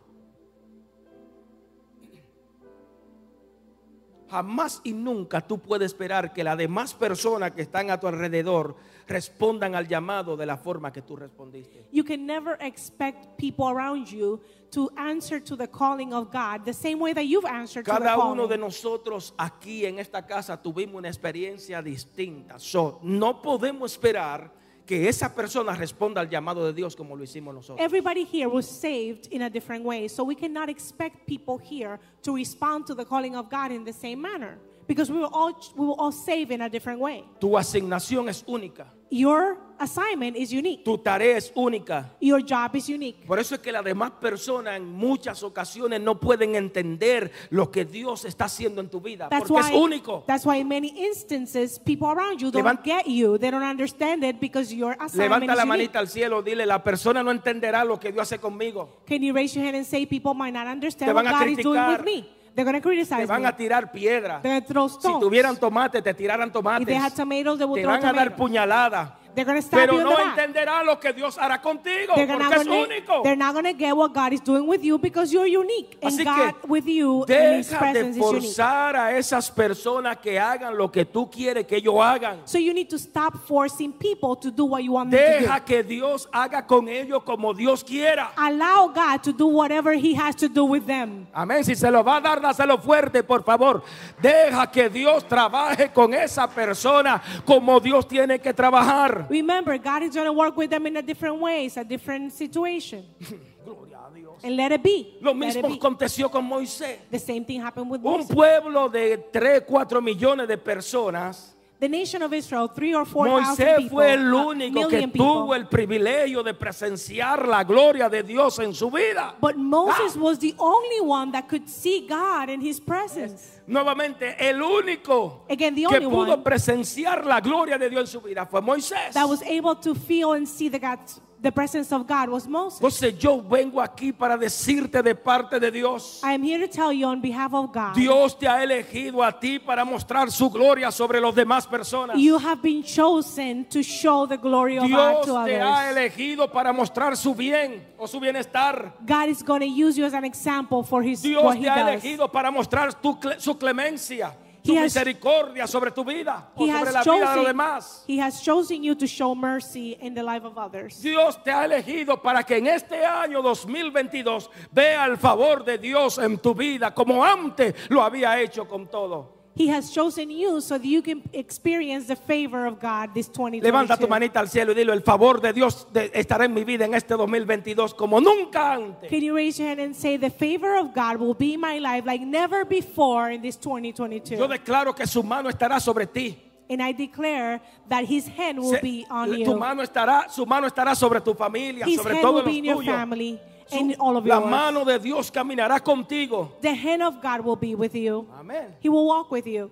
Jamás y nunca tú puedes esperar que las demás personas que están a tu alrededor respondan al llamado de la forma que tú respondiste.
You can never expect people around you to answer to the calling of God the same way that you've answered to the
Cada
calling.
uno de nosotros aquí en esta casa tuvimos una experiencia distinta. So, no podemos esperar que esa persona responda al llamado de Dios como lo hicimos nosotros.
Everybody here was saved in a different way, so we cannot expect people here to respond to the calling of God in the same manner because we were all we were all saved in a different way.
Tu asignación es única.
Your assignment is unique.
Tu tarea es única.
Your job is unique.
Por eso es que las demás personas en muchas ocasiones no pueden entender lo que Dios está haciendo en tu vida.
That's
porque
why
es único.
that's why in many instances people around you don't
Levant-
get you. They don't understand it because your assignment
Levanta
is
la
unique.
manita al cielo, dile, la persona no entenderá lo que Dios hace conmigo.
Can you raise your hand and say people might not
Te
understand
van
what
a
God is doing
criticar.
with me? They're going to criticize
Te van
me.
a tirar piedra.
They're going to throw
Si
stones.
tuvieran tomate, te tiraran tomates.
If they had tomatoes, they would
te
throw
van a dar
tomatoes.
puñalada.
They're going to stab
Pero
you in the
no
back.
entenderá lo que Dios hará contigo,
They're
porque es único.
they're not gonna get what God is doing with you because you're unique. And
Así
God
que
with you in His
deja de
presence is unique.
forzar a esas personas que hagan lo que tú quieres que ellos hagan.
So you need to stop forcing people to do what you want them to do.
Deja que Dios haga con ellos como Dios quiera.
Allow God to do whatever He has to do with them.
Amén. Si se lo va a dar, dáselo fuerte, por favor. Deja que Dios trabaje con esa persona como Dios tiene que trabajar.
Remember, God is gonna work with them in a different ways, a different situation.
Gloria a Dios.
And let it be.
Lo
Let it
mismo Oh,
be.
aconteció con Moisés.
The same thing happened with
Un
Moses.
pueblo de 3, 4 millones de personas.
The nation of Israel, three or four thousand
Moisés
people,
fue el
a
único que
million people.
tuvo el privilegio de presenciar la gloria de Dios en su vida.
But Moses
Ah.
was the only one that could see God in His presence.
Nuevamente, el único
Again, the
que
only
pudo
one.
presenciar la gloria de Dios en su vida fue Moisés.
that was able to feel and see the God, the presence of God was Moses.
Entonces yo vengo aquí para decirte de parte de Dios.
I am here to tell you on behalf of God.
Dios te ha elegido a ti para mostrar su gloria sobre las demás personas.
You have been chosen to show the glory of God
Dios
to
te ha
others.
elegido para mostrar su bien o su bienestar.
God is going to use you as an example for His what
Dios
He
te ha
does.
elegido para mostrar tu cle- su clemencia, su
He has-
misericordia sobre tu vida o
He
sobre la
has
vida de los
chosen.
demás.
He has chosen you to show mercy in the life of others.
Dios te ha elegido para que en este año 2022 vea el favor de Dios en tu vida como antes lo había hecho con todo.
He has chosen you so that you can experience the favor of God this 2022.
Levanta tu manita al cielo y dile, el favor de Dios de- estará en mi vida en este 2022 como nunca antes.
Can you raise your hand and say, The favor of God will be in my life like never before in this 2022?
Yo declaro que su mano estará sobre ti.
And I declare that his hand will
Se- eh,
be on
Tu
you.
mano estará, su mano estará sobre tu familia,
His
sobre
hand
todo los
will be in your
tuyos.
family
Su-
and all of
la
yours.
mano de Dios caminará contigo.
The hand of God will be with you.
Amén.
He will walk with you.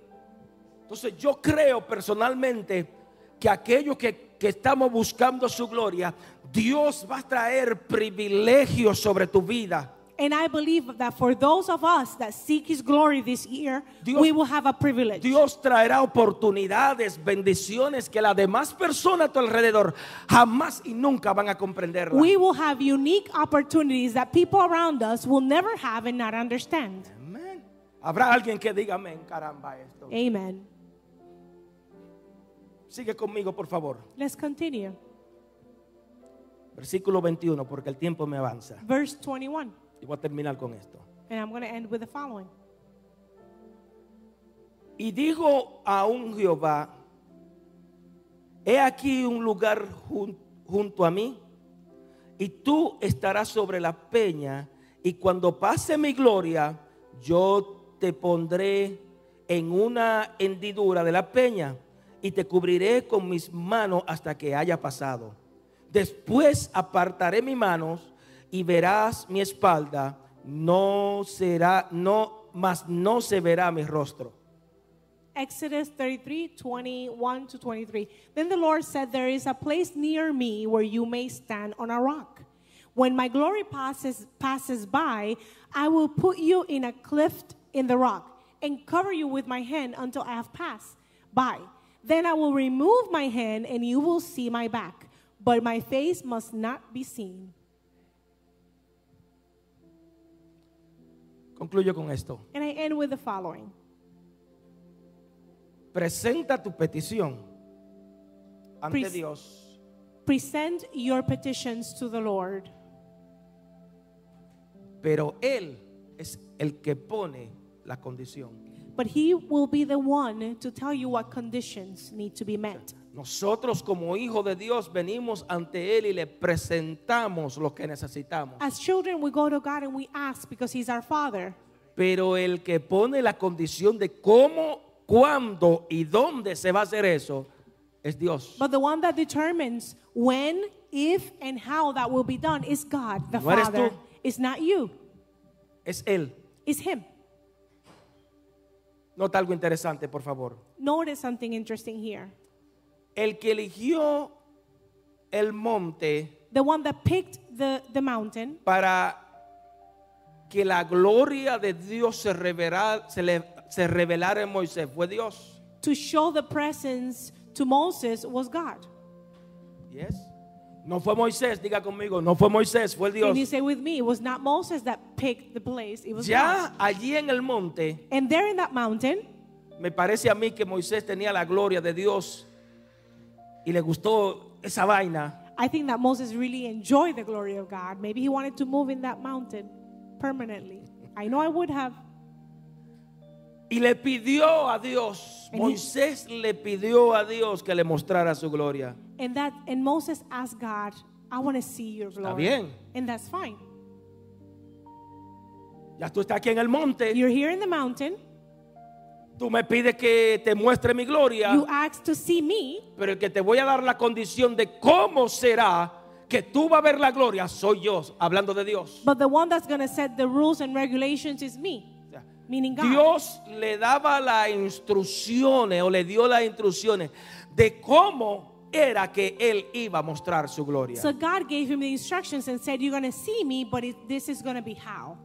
Entonces yo creo personalmente que aquellos que, que estamos buscando su gloria, Dios va a traer privilegios sobre tu vida.
And I believe that for those of us that seek his glory this year,
Dios-
we will have a privilege.
Dios traerá oportunidades, bendiciones que las demás personas a tu alrededor jamás y nunca van a comprenderlas.
We will have unique opportunities that people around us will never have and not understand.
Amén. Habrá alguien que diga amén, caramba esto.
Eh. Amen.
Sigue conmigo, por favor.
Let's continue.
Versículo 21, porque el tiempo me avanza.
Verse 21.
Y voy a terminar con esto.
And I'm going to end with the following.
Y dijo aún Jehová, he aquí un lugar jun- junto a mí, y tú estarás sobre la peña, y cuando pase mi gloria, yo te pondré en una hendidura de la peña, y te cubriré con mis manos hasta que haya pasado. Después apartaré mis manos y verás mi espalda, no será, no, mas no se verá mi rostro.
Exodus 33, 21 to 23. Then the Lord said, There is a place near me where you may stand on a rock. When my glory passes, passes by, I will put you in a cleft in the rock and cover you with my hand until I have passed by. Then I will remove my hand and you will see my back, but my face must not be seen.
Concluyo con esto.
And I end with the following
Presenta tu petición ante
Pres-
Dios.
Present your petitions to the Lord,
Pero Él es el que pone la condición.
but He will be the one to tell you what conditions need to be met.
Nosotros como hijos de Dios venimos ante Él y le presentamos lo que necesitamos.
As children, we go to God and we ask because He's our Father.
Pero el que pone la condición de cómo, cuándo y dónde se va a hacer eso es Dios.
But the one that determines when, if, and how that will be done is God, the
No eres
Father.
tú.
It's not you,
Es Él.
it's Him.
Nota algo interesante, por favor.
Notice something interesting here.
El que eligió el monte
The one that picked the, the mountain
para que la gloria de Dios se, revela- se le- se revelara en Moisés fue Dios.
to show the presence to Moses was God.
Yes. No fue Moisés, diga conmigo, no fue Moisés, fue
Can you
Dios.
say with me, it was not Moses that picked the place, it was God.
Ya allí en el monte,
And there in that mountain,
me parece a mí que Moisés tenía la gloria de Dios y le gustó esa vaina.
I think that Moses really enjoyed the glory of God. Maybe he wanted to move in that mountain permanently. I know I would have.
Y le pidió a Dios,
And he-
Moisés le pidió a Dios que le mostrara su gloria.
And that and Moses asked God, I want to see your glory.
bien.
And that's fine.
Ya tú estás aquí en el monte,
You're here in the mountain.
tú me pides que te muestre mi gloria,
You asked to see me,
pero el que te voy a dar la condición de cómo será que tú vas a ver la gloria soy yo, hablando de Dios.
but the one that's going to set the rules and regulations is me,
O sea,
meaning God.
Dios le daba las instrucciones o le dio las instrucciones de cómo era que él iba a mostrar su gloria.
So God gave him the instructions and said, You're going to see me, but it, this is going to be how.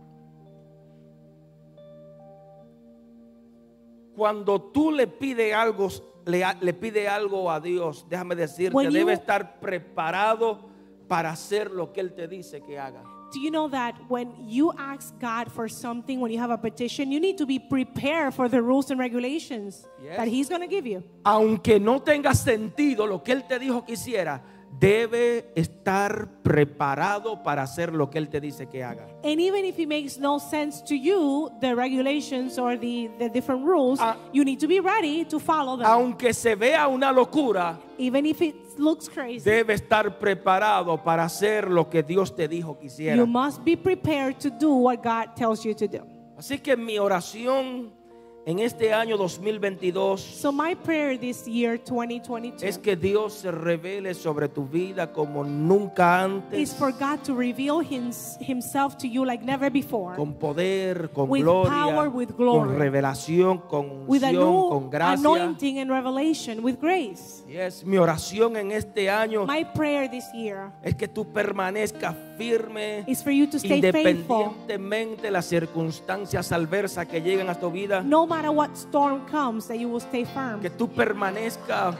Cuando tú le pides algo, le, le pide algo a Dios, déjame decirte,
When you-
debe estar preparado para hacer lo que él te dice que haga.
Do you know that when you ask God for something, when you have a petition, you need to be prepared for the rules and regulations
Yes.
that He's going to give you?
aunque no tenga sentido lo que Él te dijo que hiciera, debe estar preparado para hacer lo que Él te dice que haga.
And even if it makes no sense to you, the regulations or the, the different rules,
Ah.
you need to be ready to follow them.
Aunque se vea una locura,
even if it looks crazy,
debe estar preparado para hacer lo que Dios te dijo que hiciera.
you must be prepared to do what God tells you to do.
Así que mi oración en este año 2022
So, my prayer this year, 2022,
es que Dios se revele sobre tu vida como nunca
is
antes,
for God to reveal his, Himself to you like never before.
con poder, con
With
gloria,
power, with
con
glory.
revelación, con
with a
unción,
new
con gracia.
anointing and revelation with grace.
Yes, mi oración en este año
My prayer this year
es que tú permanezcas firme
is for you to stay faithful
independientemente de las circunstancias adversas que llegan a tu vida,
no matter what storm comes, that you will stay firm.
que tú permanezcas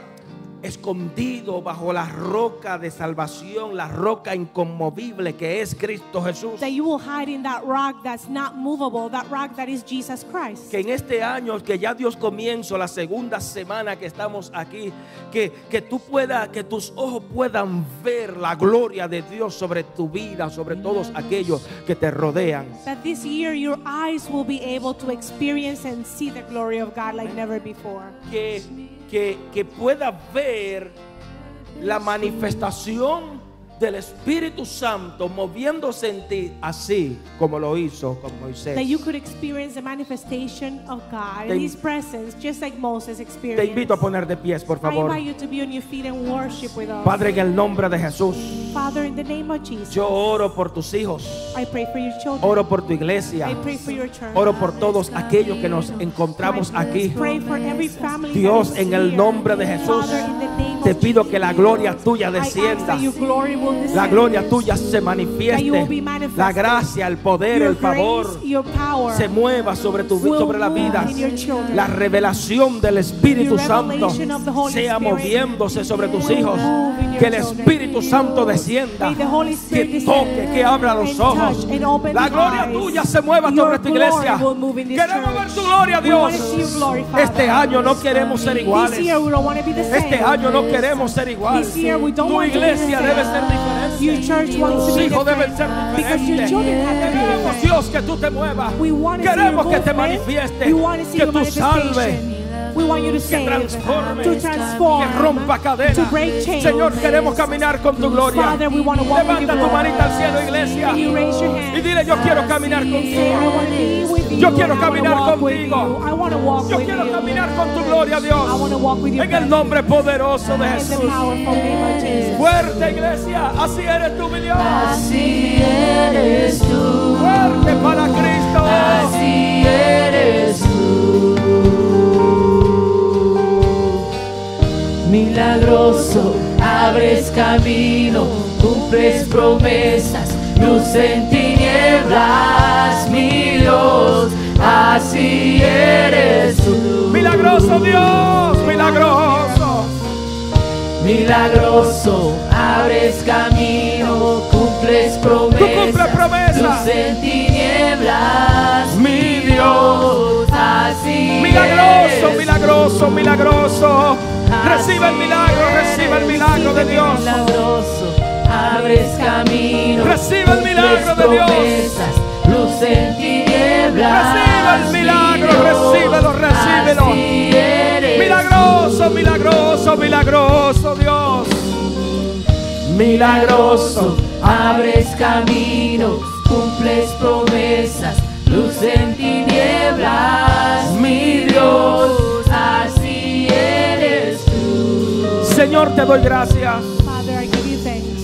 escondido bajo la roca de salvación, la roca inconmovible que es Cristo Jesús.
That you will hide in that rock that's not movable, that rock that is Jesus Christ.
Que en este año, que ya Dios comienzo la segunda semana que estamos aquí, que, que tú puedas, que tus ojos puedan ver la gloria de Dios sobre tu vida, sobre todos aquellos que te rodean.
That this year your eyes will be able to experience and see the glory of God like never before.
que, que, que pueda ver la manifestación del Espíritu Santo moviéndose en ti, así como lo hizo con Moisés.
That you could experience the manifestation of God
Te-
in His presence, just like Moses
Te
experienced.
invito a poner de pies, por
I
favor.
invite you to be on your feet and worship with us.
Padre, en el nombre de Jesús,
Father, in the name of Jesus,
yo oro por tus hijos,
I pray for your children.
oro por tu iglesia,
I pray for your church.
oro por todos aquellos que nos encontramos
I
aquí.
Pray for every family
Dios,
that is
en el
here.
nombre de Jesús,
Father, in the name
te
of
pido
Jesus,
que la gloria tuya
I ask
descienda.
that your glory will
La
descend.
gloria tuya se
That you will be
manifieste,
manifested.
la gracia, el poder,
Your
el favor.
grace, your power,
se mueva sobre tu vi-
will
sobre la
move
vida.
in your children.
La revelación del Espíritu
The
Santo
revelation of the Holy
sea
Spirit
moviéndose sobre tus
will
hijos.
move in your
Que el
children.
Espíritu Santo descienda,
May the Holy Spirit
que toque,
descend
que abra los
and
ojos.
touch and open
La
the
gloria
eyes.
tuya se mueva
Your
sobre tu
glory
iglesia.
will move in this
Queremos
church.
ver tu gloria,
We wanna
Dios.
see you glorified.
Este año no queremos ser iguales.
This year we don't want to be the same.
Este año no queremos ser iguales.
This year we don't
Tu
want to be the
iglesia
same.
debe ser
Your
diferente.
church wants
Tus
to be
hijos deben
different
ser
because your
diferentes.
children have to be
Queremos,
different.
Dios, que tú te muevas.
We want to see your
Queremos que te
movement.
manifiestes,
We want to see
que
your
tú salves,
manifestation. We want you
que
to save,
transforme,
to transform,
que rompa
to
cadenas.
break chains.
Señor, queremos caminar con tu gloria.
Father, we want to walk with
Levanta
your
tu
glory.
manita al cielo, iglesia.
Can you raise your
Y
hand?
dile, yo quiero caminar
Say,
contigo.
I want to be with you.
Yo quiero
I wanna
caminar
walk with
contigo.
you. I want to walk
Yo
with
quiero
you.
caminar con tu gloria,
I want
Dios.
to walk with you.
En el nombre poderoso de
In the
Jesús.
powerful name of Jesus.
Fuerte, iglesia. Así eres tú, mi Dios.
Así eres tú,
Fuerte para Cristo.
así eres tú. Milagroso, abres camino, cumples promesas, luz en tinieblas, mi Dios. Así eres tú,
Milagroso Dios, milagroso.
milagroso, abres camino, cumples promesas,
promesas.
luz en tinieblas,
Mi Dios.
Dios, así
Milagroso,
eres.
milagroso, milagroso.
Así
Recibe el milagro,
eres,
recibe el milagro de
recibe el
Dios.
milagroso, abres camino.
Recibe el milagro
cumples
de Dios.
promesas, Luz en tinieblas.
Recibe el milagro,
mi Dios.
recíbelo, recíbelo.
Así eres
Milagroso, milagroso, milagroso Dios.
milagroso, abres caminos, cumples promesas, luz en tinieblas, mi Dios, así eres tú.
Señor, te doy gracias
Father, I give you thanks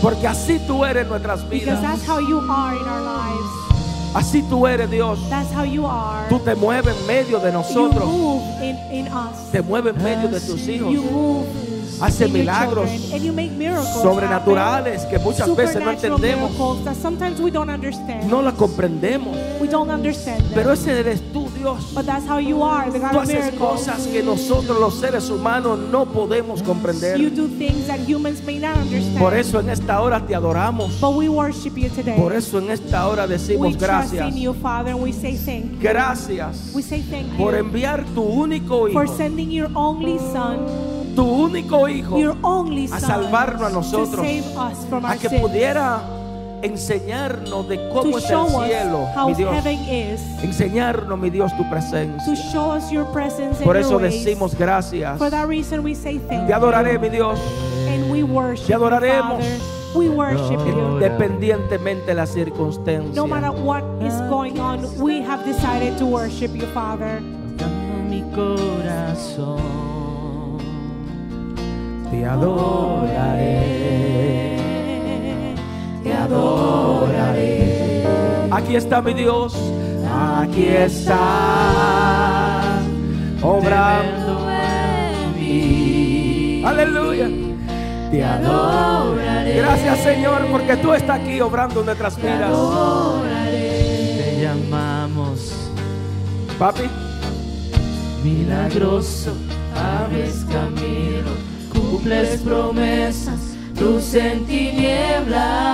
porque así tú eres nuestras
because
vidas.
that's how you are in our lives.
Así tú eres Dios.
That's how you are.
Tú te mueves en medio de
You
nosotros.
move in, in us.
Te mueves en medio de tus
You
hijos.
move
Hace
in your
milagros
children, and you make miracles
Sobrenaturales que
happen.
muchas veces no
Supernatural
entendemos.
miracles that sometimes we don't understand.
No la comprendemos.
We don't understand them.
Pero ese eres tú, Dios.
but that's how you are, the God
Tú
of
haces
miracles.
cosas que nosotros los seres humanos no podemos
You
comprender.
do things that humans may not understand.
Por eso en esta hora te adoramos.
but we worship you today.
Por eso en esta hora
we
decimos
trust
gracias.
in you, Father, and we say thank you.
Gracias
We say thank
por
you
enviar tu único hijo,
for sending your only son,
tu único hijo,
your only
a
son,
salvarnos a
to
nosotros,
save us from
a
our
que
sins,
pudiera enseñarnos de
to
cómo es el
show us
cielo,
how
mi Dios.
heaven is,
Enseñarnos, mi Dios, tu
to
presencia.
show us your presence and
Por
your
eso
ways.
decimos gracias.
For that reason, we say thank
Te
you.
adoraré, mi Dios,
And we worship
Te adoraremos.
you, Father. We worship you.
independientemente de las circunstancias.
No matter what is going on, we have decided to worship you, Father.
Cantando mi corazón,
Te adoraré.
te adoraré.
Aquí está mi Dios. Aquí está. Obra.
Tremendo en mí,
Aleluya.
te adoraré.
Gracias Señor porque tú estás aquí obrando en nuestras
Te
vidas.
adoraré. Te llamamos
Papi,
milagroso, abres camino, cumples promesas, luz en tinieblas.